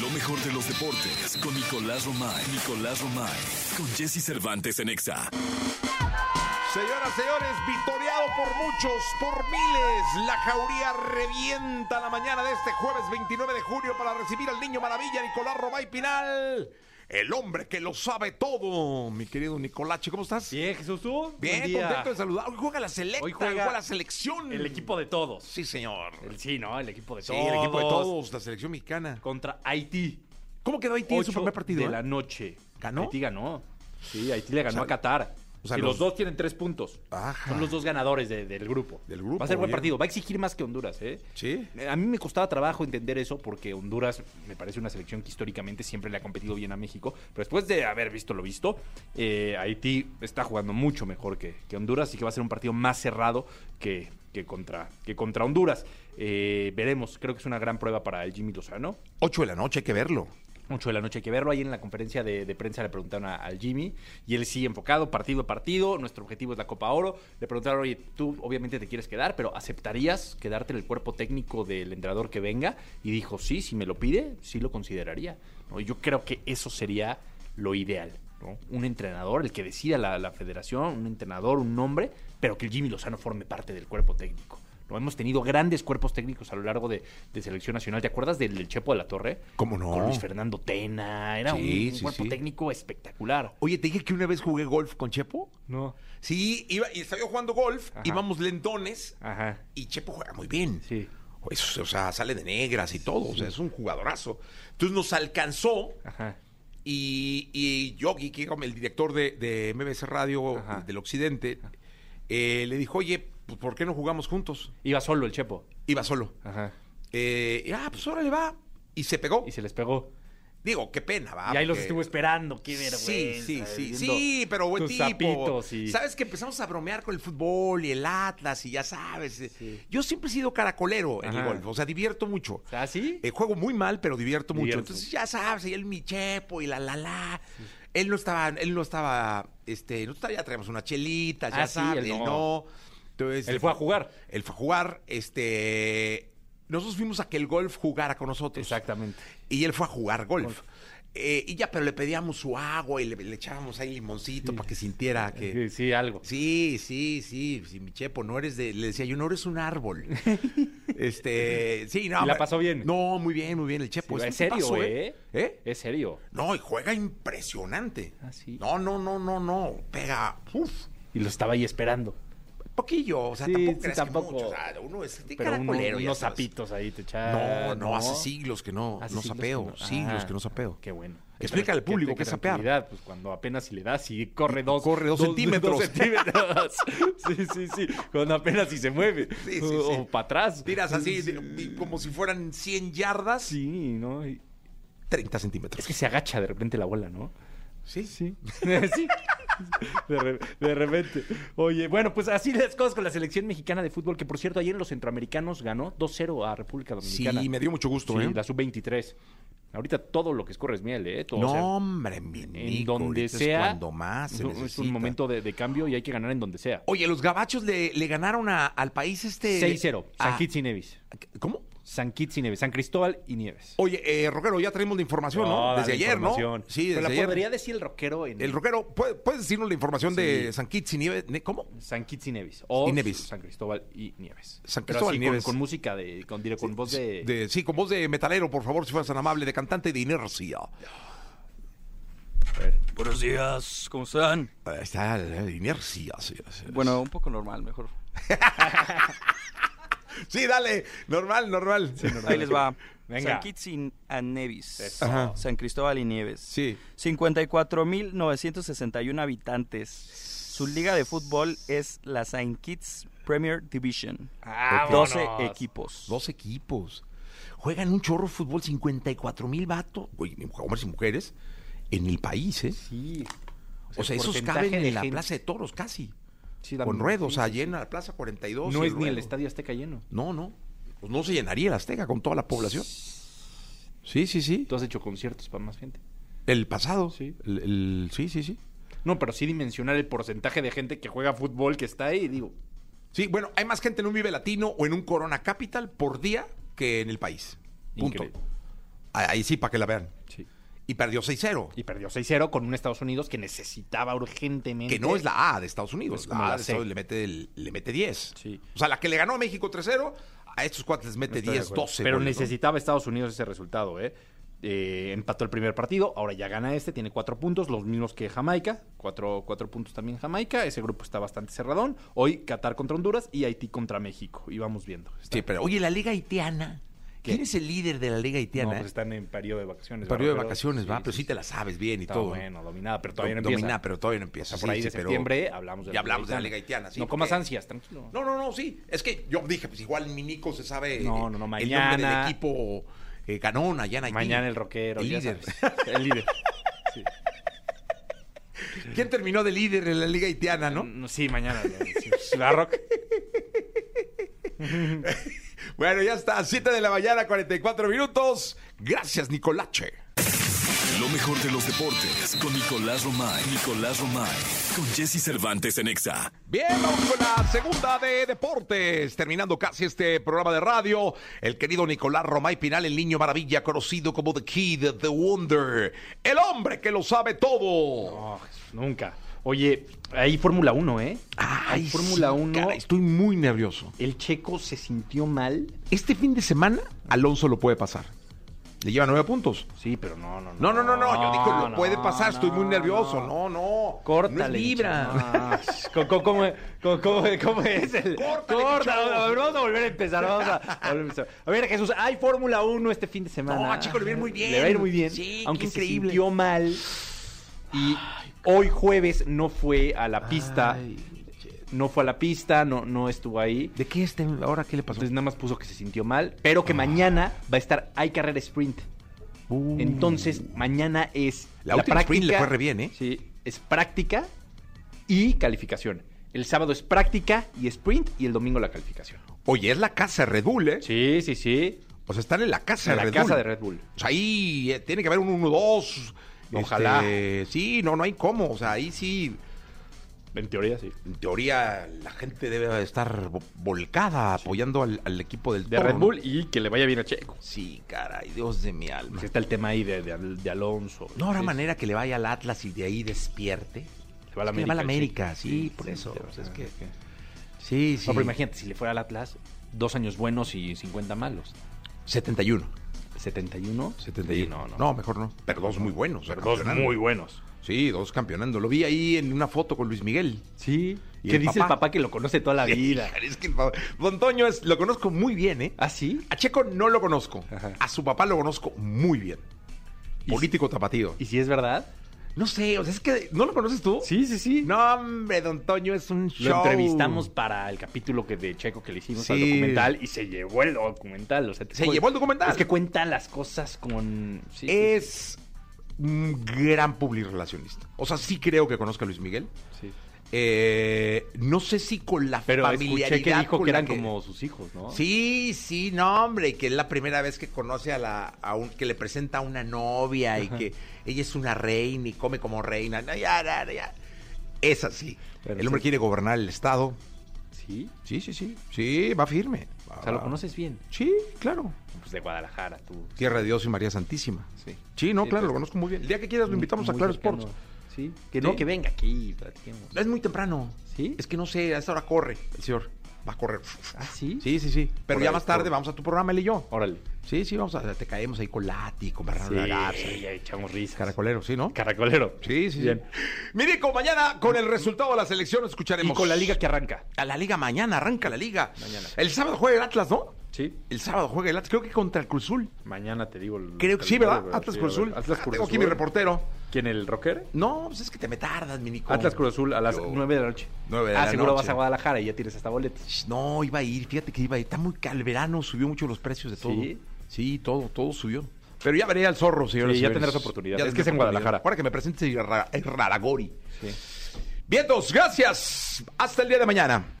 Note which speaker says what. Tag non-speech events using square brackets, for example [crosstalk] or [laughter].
Speaker 1: Lo mejor de los deportes con Nicolás Romay. Nicolás Romay. Con Jesse Cervantes en Exa.
Speaker 2: Señoras, señores, victoriado por muchos, por miles. La jauría revienta la mañana de este jueves 29 de junio para recibir al niño maravilla Nicolás Romay Pinal. El hombre que lo sabe todo, mi querido Nicolache, ¿cómo estás?
Speaker 3: Bien, Jesús, ¿tú?
Speaker 2: Bien,
Speaker 3: Buen día.
Speaker 2: contento de saludar. Hoy juega la selecta,
Speaker 3: Hoy
Speaker 2: hoy
Speaker 3: juega
Speaker 2: juega, la selección.
Speaker 3: El equipo de todos.
Speaker 2: Sí, señor.
Speaker 3: El- sí, ¿no? El equipo de
Speaker 2: Sí,
Speaker 3: todos.
Speaker 2: el equipo de todos, la selección mexicana.
Speaker 3: Contra Haití.
Speaker 2: ¿Cómo quedó Haití en su
Speaker 3: Ocho
Speaker 2: primer partido?
Speaker 3: de
Speaker 2: eh?
Speaker 3: la noche.
Speaker 2: ¿Ganó?
Speaker 3: Haití ganó. Sí, Haití le ganó
Speaker 2: sea,
Speaker 3: a Qatar.
Speaker 2: o sea,
Speaker 3: y los...
Speaker 2: los-
Speaker 3: dos tienen tres puntos.
Speaker 2: Ajá.
Speaker 3: Son los dos ganadores de- del grupo.
Speaker 2: Del grupo,
Speaker 3: Va a ser buen
Speaker 2: oye.
Speaker 3: partido. Va a exigir más que Honduras, ¿eh?
Speaker 2: Sí.
Speaker 3: Eh, A mí me costaba trabajo entender eso porque Honduras me parece una selección que históricamente siempre le ha competido bien a México. Pero después de haber visto lo visto, eh, Haití está jugando mucho mejor que, que Honduras y que va a ser un partido más cerrado que, que contra, que contra Honduras. Eh, veremos, creo que es una gran prueba para el Jimmy Lozano.
Speaker 2: Ocho de la noche, hay que verlo.
Speaker 3: 8 de la noche hay que verlo. Ahí en la conferencia de, de prensa le preguntaron a- al Jimmy y él sigue enfocado, partido a partido. Nuestro objetivo es la Copa Oro. Le preguntaron, oye, tú obviamente te quieres quedar, pero ¿aceptarías quedarte en el cuerpo técnico del entrenador que venga? Y dijo, sí, si me lo pide, sí lo consideraría. ¿no? Y Yo creo que eso sería lo ideal. ¿no? Un entrenador, el que decida la, la federación, un entrenador, un nombre, pero que el Jimmy Lozano forme parte del cuerpo técnico. ¿no? Hemos tenido grandes cuerpos técnicos a lo largo de, de Selección Nacional. ¿Te acuerdas del, del Chepo de la Torre?
Speaker 2: ¿Cómo no?
Speaker 3: Con Luis Fernando Tena. Era
Speaker 2: Sí,
Speaker 3: un, un
Speaker 2: sí,
Speaker 3: cuerpo
Speaker 2: sí.
Speaker 3: técnico espectacular.
Speaker 2: Oye, te dije que una vez jugué golf con Chepo.
Speaker 3: No.
Speaker 2: Sí, iba, y estaba yo jugando golf,
Speaker 3: Ajá.
Speaker 2: íbamos lentones
Speaker 3: Ajá.
Speaker 2: y Chepo juega muy bien.
Speaker 3: Sí.
Speaker 2: Es- o sea, sale de negras y todo, o sea, es un jugadorazo. Entonces nos alcanzó
Speaker 3: Ajá.
Speaker 2: y, y Yogi, que era el director de, de MBC Radio
Speaker 3: Ajá.
Speaker 2: del Occidente, eh, le dijo, oye, pues, ¿por qué no jugamos juntos?
Speaker 3: Iba solo el Chepo.
Speaker 2: Iba solo.
Speaker 3: Ajá.
Speaker 2: Eh, y, ah, pues órale va. Y se pegó.
Speaker 3: Y se les pegó.
Speaker 2: Digo, qué pena, va.
Speaker 3: y ahí
Speaker 2: Ah,
Speaker 3: los
Speaker 2: porque-
Speaker 3: estuvo esperando. Qué vergüenza. eh,
Speaker 2: Sí, sí, sí,
Speaker 3: viendo
Speaker 2: sí, pero buen
Speaker 3: tus
Speaker 2: tipo.
Speaker 3: zapitos y-
Speaker 2: Sabes que empezamos a bromear con el fútbol y el Atlas y ya sabes. eh, Yo siempre he sido caracolero en el
Speaker 3: Ajá.
Speaker 2: golf, o sea, divierto mucho.
Speaker 3: O sea, sí.
Speaker 2: Eh, juego muy mal, pero divierto mucho.
Speaker 3: Divierto.
Speaker 2: Entonces, ya sabes, y el michepo y la la la. Él no estaba, él no estaba, este, nosotros ya traíamos una chelita, ya
Speaker 3: Ah, sí,
Speaker 2: sabes,
Speaker 3: él
Speaker 2: él
Speaker 3: no.
Speaker 2: no. Entonces,
Speaker 3: Él fue a jugar.
Speaker 2: Él fue a jugar, este, nosotros fuimos a que el golf jugara con nosotros.
Speaker 3: Exactamente.
Speaker 2: Y él fue a jugar golf. Eh, y ya, pero le pedíamos su agua y le, le echábamos ahí limoncito para que sintiera que...
Speaker 3: Sí, sí, algo.
Speaker 2: eh, Sí, sí, sí, sí, mi chepo, no eres de, le decía yo, no eres un
Speaker 3: [laughs]
Speaker 2: árbol. este, sí, no.
Speaker 3: ¿Y la
Speaker 2: me-
Speaker 3: pasó bien?
Speaker 2: No, muy bien, muy bien, el chepo.
Speaker 3: es
Speaker 2: un
Speaker 3: serio,
Speaker 2: tipazo,
Speaker 3: ¿eh?
Speaker 2: pues, ¿Eh?
Speaker 3: Es serio.
Speaker 2: No, y juega impresionante.
Speaker 3: Ah, sí.
Speaker 2: No, no, no, no, no, pega, uf,
Speaker 3: Y lo estaba ahí esperando.
Speaker 2: poquillo, o sea,
Speaker 3: Sí,
Speaker 2: tampoco
Speaker 3: sí,
Speaker 2: creas
Speaker 3: tampoco.
Speaker 2: que mucho, o sea, uno es
Speaker 3: Pero uno-
Speaker 2: caracolero, ya
Speaker 3: unos
Speaker 2: sabes.
Speaker 3: zapitos ahí te echaron.
Speaker 2: No, no, hace siglos que no,
Speaker 3: Hace
Speaker 2: no
Speaker 3: siglos
Speaker 2: sapeo,
Speaker 3: que no-
Speaker 2: siglos
Speaker 3: Ah,
Speaker 2: que no sapeo.
Speaker 3: Qué bueno.
Speaker 2: Explica al
Speaker 3: Qué-
Speaker 2: público qué
Speaker 3: qué
Speaker 2: es sapear.
Speaker 3: tranquilidad, Pues cuando apenas si le das, si corre dos.
Speaker 2: Corre dos centímetros.
Speaker 3: dos centímetros. [laughs] sí, sí, sí. Cuando apenas si se mueve.
Speaker 2: Sí, sí,
Speaker 3: o
Speaker 2: sí.
Speaker 3: para atrás.
Speaker 2: Tiras así,
Speaker 3: Sí,
Speaker 2: de- y como si fueran 100 yardas,
Speaker 3: Sí, ¿no? Y-
Speaker 2: 30 centímetros.
Speaker 3: Es que se agacha de repente la bola, ¿no? [laughs]
Speaker 2: sí,
Speaker 3: Sí. sí. De, re- de repente. Oye, bueno, pues así las cosas con la selección mexicana de fútbol, que por cierto, ayer los centroamericanos ganó 2-0 a República Dominicana.
Speaker 2: Sí, me dio mucho gusto,
Speaker 3: Sí,
Speaker 2: ¿eh?
Speaker 3: la sub-23. Ahorita todo lo que escorre es miel, ¿eh? Todo, o
Speaker 2: no,
Speaker 3: sea,
Speaker 2: hombre, mi
Speaker 3: en
Speaker 2: Nico, ahorita
Speaker 3: donde
Speaker 2: es
Speaker 3: sea.
Speaker 2: cuando más se
Speaker 3: es un- es un
Speaker 2: necesita.
Speaker 3: momento de, de cambio y hay que ganar en donde sea.
Speaker 2: Oye, los gabachos le, le ganaron a- al país este...
Speaker 3: 6-0. San
Speaker 2: Ah,
Speaker 3: Kitts y Nevis.
Speaker 2: ¿Cómo?
Speaker 3: San Kitts y Nevis. San Cristóbal y Nieves.
Speaker 2: Oye, eh, Roquero, ya traemos la información, ¿no?
Speaker 3: Toda
Speaker 2: desde
Speaker 3: la
Speaker 2: ayer,
Speaker 3: Oh, información.
Speaker 2: ¿no? Sí,
Speaker 3: Pero
Speaker 2: desde
Speaker 3: la
Speaker 2: ayer.
Speaker 3: podría decir el rockero en
Speaker 2: El Roquero, ¿puede- ¿puedes decirnos la información de San Kitts y Nieves? Ne- ¿Cómo?
Speaker 3: San Kitts y Nevis. O
Speaker 2: Y Nevis.
Speaker 3: San Cristóbal y Nieves.
Speaker 2: San
Speaker 3: Pero
Speaker 2: Cristóbal
Speaker 3: así
Speaker 2: y
Speaker 3: con-
Speaker 2: Nieves.
Speaker 3: Con, música, de, con, diré, con voz de...
Speaker 2: De- sí, con voz de metalero, por favor, si fueras tan amable, de cantante de inercia.
Speaker 4: Buenos días, ¿cómo están?
Speaker 2: Ahí está, eh, inercia. Sí, sí, sí.
Speaker 4: Bueno, un poco normal, mejor.
Speaker 2: Sí, dale, normal, normal. Sí,
Speaker 4: Ahí les va.
Speaker 3: Venga.
Speaker 4: San Kitts y and Nevis.
Speaker 3: Eso.
Speaker 2: Ajá.
Speaker 4: San Cristóbal y Nieves.
Speaker 2: Sí.
Speaker 4: 54.961 habitantes. Su liga de fútbol es la San Kitts Premier Division.
Speaker 3: Ah, ¡Vámonos!
Speaker 4: 12 equipos.
Speaker 2: Dos equipos. Juegan un chorro de fútbol, 54 mil vatos, güey, hombres y mujeres, en el país, ¿eh?
Speaker 3: Sí.
Speaker 2: O sea,
Speaker 3: el
Speaker 2: esos
Speaker 3: porcentaje
Speaker 2: caben
Speaker 3: de
Speaker 2: en la
Speaker 3: gente-
Speaker 2: Plaza de Toros casi.
Speaker 3: Sí, la-
Speaker 2: con ruedos, o sea,
Speaker 3: sí, sí,
Speaker 2: llena la Plaza 42.
Speaker 3: No
Speaker 2: y
Speaker 3: es ni el
Speaker 2: ruedo.
Speaker 3: Estadio Azteca lleno.
Speaker 2: No, no. Pues no se llenaría el Azteca con toda la población. Sí, sí, sí.
Speaker 3: Tú has hecho conciertos para más gente.
Speaker 2: El pasado.
Speaker 3: Sí.
Speaker 2: El- el- sí, sí, sí.
Speaker 3: No, pero sí dimensionar el porcentaje de gente que juega fútbol que está ahí, digo...
Speaker 2: Sí, bueno, hay más gente en un Vive Latino o en un Corona Capital por día que en el país. Punto.
Speaker 3: Increíble.
Speaker 2: Ahí sí, para que la vean.
Speaker 3: Sí.
Speaker 2: Y perdió 6-0.
Speaker 3: Y perdió 6-0 con un Estados Unidos que necesitaba urgentemente.
Speaker 2: Que no es la A de Estados Unidos.
Speaker 3: Es como
Speaker 2: la A
Speaker 3: la
Speaker 2: de
Speaker 3: C.
Speaker 2: Estados Unidos le mete, el- le mete 10.
Speaker 3: Sí.
Speaker 2: O sea, la que le ganó a México 3-0, a estos cuates les mete
Speaker 3: Estoy de
Speaker 2: 10,
Speaker 3: acuerdo.
Speaker 2: 12.
Speaker 3: Pero
Speaker 2: goles, ¿no?
Speaker 3: necesitaba Estados Unidos ese resultado, ¿eh? Eh, Empató el primer partido, ahora ya gana este, tiene cuatro puntos, los mismos que Jamaica, cuatro, cuatro puntos también Jamaica, ese grupo está bastante cerradón. Hoy Qatar contra Honduras y Haití contra México, y vamos viendo. Está-
Speaker 2: Sí, pero
Speaker 5: Oye, la Liga Haitiana.
Speaker 3: ¿Qué?
Speaker 5: ¿Quién es el líder de la Liga
Speaker 3: no,
Speaker 5: Haitiana?
Speaker 3: pues están en periodo de vacaciones.
Speaker 2: ¿eh? periodo de
Speaker 3: ¿verdad? Pero-
Speaker 2: vacaciones, va, pero sí te la sabes bien y
Speaker 3: Está
Speaker 2: todo.
Speaker 3: bueno, dominada, pero
Speaker 2: Do-
Speaker 3: todavía no empieza.
Speaker 2: domina, pero todavía no empieza.
Speaker 3: O sea, por
Speaker 2: Sí,
Speaker 3: ahí de
Speaker 2: sí, pero-
Speaker 3: septiembre hablamos de
Speaker 2: Ya hablamos de la Liga Haitiana. sí,
Speaker 3: no
Speaker 2: porque-
Speaker 3: comas ansias, tranquilo.
Speaker 2: No, no, no, sí. Es que yo dije, pues igual mi Nico se sabe
Speaker 3: No, no, no,
Speaker 2: el nombre del
Speaker 3: mañana-
Speaker 2: equipo eh, ganón allá en Haití.
Speaker 3: Mañana el rockero.
Speaker 2: El
Speaker 3: ya
Speaker 2: líder.
Speaker 3: sabes. [laughs] El líder. Sí.
Speaker 2: [laughs] ¿Quién terminó de líder en la Liga Haitiana, no?
Speaker 3: No, Sí, mañana. sí. La rock.
Speaker 2: Bueno, ya está, 7 de la mañana, 44 minutos. Gracias, Nicolache.
Speaker 1: Lo mejor de los deportes con Nicolás Romay. Nicolás Romay. Con Jesse Cervantes en Exa.
Speaker 2: Bien, vamos con la segunda de deportes. Terminando casi este programa de radio, el querido Nicolás Romay Pinal, el niño maravilla, conocido como The Kid, The Wonder, el hombre que lo sabe todo.
Speaker 3: No, nunca. Oye, ahí Fórmula 1, ¿eh? Ahí Fórmula 1.
Speaker 2: estoy muy nervioso.
Speaker 3: El checo se sintió mal.
Speaker 2: Este fin de semana, Alonso lo puede pasar. Le lleva nueve puntos.
Speaker 3: Sí, pero no, no, no.
Speaker 2: No, no, no, no. Yo digo, lo
Speaker 3: no,
Speaker 2: puede pasar, estoy muy
Speaker 3: no,
Speaker 2: nervioso. No, no.
Speaker 3: Córtale.
Speaker 2: No es vibra.
Speaker 3: Micha. [laughs] No, ¿Cómo, cómo, cómo- cómo- cómo es el.?
Speaker 2: Córtale,
Speaker 3: Corta,
Speaker 2: Micha.
Speaker 3: a ver, Vamos a volver a empezar. Vamos a, volver a empezar. A ver, Jesús, hay Fórmula 1 este fin de semana.
Speaker 2: No, a Chico le va a ir muy bien.
Speaker 3: Le va a ir muy bien.
Speaker 2: Sí, qué
Speaker 3: aunque
Speaker 2: increíble.
Speaker 3: se sintió mal. Y hoy jueves no fue a la pista. no fue a la pista, no, no estuvo ahí.
Speaker 5: ¿De qué este? ¿Ahora qué le pasó?
Speaker 3: Entonces nada más puso que se sintió mal, pero
Speaker 2: Ah.
Speaker 3: que mañana va a estar hay carrera sprint. Entonces mañana es
Speaker 2: La última sprint le fue re bien, ¿eh?
Speaker 3: Sí, es práctica y calificación. El sábado es práctica y sprint y el domingo la calificación.
Speaker 2: Oye, es la casa Red Bull, ¿eh?
Speaker 3: Sí, sí, sí.
Speaker 2: O sea, están en la casa de
Speaker 3: En la
Speaker 2: Red
Speaker 3: casa
Speaker 2: Bull.
Speaker 3: de Red Bull.
Speaker 2: O sea, ahí eh, tiene que haber un 1-2.
Speaker 3: Ojalá.
Speaker 2: Este, sí, no, no hay cómo. O sea, ahí sí,
Speaker 3: En teoría sí.
Speaker 2: en teoría, la gente debe estar vo- volcada apoyando al, al equipo del
Speaker 3: De
Speaker 2: Toro,
Speaker 3: Red
Speaker 2: ¿no?
Speaker 3: Bull y que le vaya bien a Checo.
Speaker 2: Sí, caray, Dios de mi alma.
Speaker 3: Está el tema ahí de, de, de Alonso.
Speaker 2: No habrá
Speaker 3: Sí,
Speaker 2: manera que le vaya al Atlas y de ahí despierte.
Speaker 3: Le va a la
Speaker 2: Es que le va a la
Speaker 3: América,
Speaker 2: América,
Speaker 3: sí.
Speaker 2: sí,
Speaker 3: Sí,
Speaker 2: por
Speaker 3: sí,
Speaker 2: eso.
Speaker 3: sí,
Speaker 2: o sea,
Speaker 3: sí,
Speaker 2: es que,
Speaker 3: es que-
Speaker 2: sí, sí.
Speaker 3: No, pero imagínate, si le fuera al Atlas, dos años buenos y 50 malos.
Speaker 2: 71.
Speaker 3: 71.
Speaker 2: 71.
Speaker 3: Sí, no, no.
Speaker 2: mejor no. Pero dos muy buenos. o sea,
Speaker 3: Pero dos
Speaker 2: campeonando.
Speaker 3: muy buenos.
Speaker 2: Sí, dos campeonando. Lo vi ahí en una foto con Luis Miguel.
Speaker 3: Sí.
Speaker 2: ¿Y
Speaker 3: que
Speaker 2: el
Speaker 3: dice
Speaker 2: papá?
Speaker 3: el papá que lo conoce toda la vida.
Speaker 2: Es que el papá- Don Toño es, lo conozco muy bien, ¿eh?
Speaker 3: ¿Ah, sí?
Speaker 2: A Checo no lo conozco.
Speaker 3: Ajá.
Speaker 2: A su papá lo conozco muy bien.
Speaker 3: ¿Y
Speaker 2: Político tapatío.
Speaker 3: ¿Y si es verdad?
Speaker 2: No sé, o sea, es que ¿no lo conoces tú?
Speaker 3: Sí, sí, sí.
Speaker 2: No, hombre, Don Toño es un show.
Speaker 3: Lo entrevistamos para el capítulo que de Checo que le hicimos al
Speaker 2: Sí.
Speaker 3: documental y se llevó el documental. O sea, te
Speaker 2: Se
Speaker 3: cu-
Speaker 2: llevó el documental.
Speaker 3: Es que cuenta las cosas con. sí, sí,
Speaker 2: Es un gran publirelacionista. O sea, sí creo que conozca a Luis Miguel.
Speaker 3: sí.
Speaker 2: Eh, no sé si con la
Speaker 3: Pero
Speaker 2: familiaridad
Speaker 3: escuché que dijo
Speaker 2: con
Speaker 3: que
Speaker 2: la
Speaker 3: eran como sus hijos, ¿no?
Speaker 2: Sí, sí, no, hombre, y que es la primera vez que conoce a la, a un, que le presenta a una novia y que ella es una reina y come como reina. No, ya, ya, ya. Es así.
Speaker 3: Pero
Speaker 2: el hombre
Speaker 3: sí.
Speaker 2: quiere gobernar el estado.
Speaker 3: Sí.
Speaker 2: Sí, sí, sí, sí, va firme.
Speaker 3: O sea, lo conoces bien.
Speaker 2: Sí, claro.
Speaker 3: Pues de Guadalajara, tú.
Speaker 2: Tierra de Dios y María Santísima.
Speaker 3: Sí.
Speaker 2: Sí, no,
Speaker 3: Sí,
Speaker 2: claro,
Speaker 3: pues,
Speaker 2: lo conozco muy bien. El día que quieras lo invitamos a
Speaker 3: Muy
Speaker 2: Claro
Speaker 3: cercano.
Speaker 2: Sports.
Speaker 3: Sí. Que
Speaker 2: Sí.
Speaker 3: no, que venga aquí y platiquemos.
Speaker 2: Es muy temprano.
Speaker 3: ¿Sí?
Speaker 2: Es que no sé, a esta hora corre el señor. Va a correr.
Speaker 3: ¿Ah, sí?
Speaker 2: Sí, sí, sí. Pero
Speaker 3: Por
Speaker 2: ya
Speaker 3: ahí,
Speaker 2: más tarde
Speaker 3: por-
Speaker 2: vamos a tu programa, él y yo.
Speaker 3: Órale.
Speaker 2: Sí, sí, vamos a. Te caemos ahí con Lati, con Bernardo Ah, Garza.
Speaker 3: Sí, ya echamos risas.
Speaker 2: Caracolero, sí, ¿no?
Speaker 3: Caracolero.
Speaker 2: Sí, sí, sí.
Speaker 3: Bien.
Speaker 2: Mirico, mañana con el resultado de la selección
Speaker 3: Y
Speaker 2: escucharemos.
Speaker 3: con la liga que arranca.
Speaker 2: A la liga mañana, arranca la liga.
Speaker 3: Mañana.
Speaker 2: El sábado juega el Atlas, ¿no?
Speaker 3: Sí.
Speaker 2: El sábado juega el Atlas, creo que contra el Cruz Azul.
Speaker 3: Mañana te digo. el
Speaker 2: Creo que sí,
Speaker 3: calendario,
Speaker 2: ¿verdad?
Speaker 3: pero
Speaker 2: Atlas
Speaker 3: sí,
Speaker 2: Cruz
Speaker 3: a ver.
Speaker 2: Azul.
Speaker 3: Atlas
Speaker 2: Ah,
Speaker 3: Cruz
Speaker 2: Tengo
Speaker 3: Azul.
Speaker 2: aquí mi reportero.
Speaker 3: ¿Quién, el rocker?
Speaker 2: No, pues es que te me tardas, Mirico.
Speaker 3: Atlas Cruz Azul a las
Speaker 2: Yo-
Speaker 3: 9 de la noche.
Speaker 2: Nueve de
Speaker 3: ah,
Speaker 2: la
Speaker 3: seguro
Speaker 2: noche.
Speaker 3: vas a Guadalajara y ya tienes hasta boletos.
Speaker 2: Sh, No, iba a ir, fíjate que iba a ir. Está muy cal, el verano subió mucho los precios de todo.
Speaker 3: ¿Sí?
Speaker 2: Sí, todo, todo subió. Pero ya veré al zorro, señores.
Speaker 3: Sí, ya
Speaker 2: señores.
Speaker 3: tendrás oportunidad. Es
Speaker 2: tendré
Speaker 3: que es en
Speaker 2: oportunidad.
Speaker 3: Guadalajara.
Speaker 2: Ahora que me presentes el Raragori.
Speaker 3: Sí.
Speaker 2: Vientos, gracias. Hasta el día de mañana.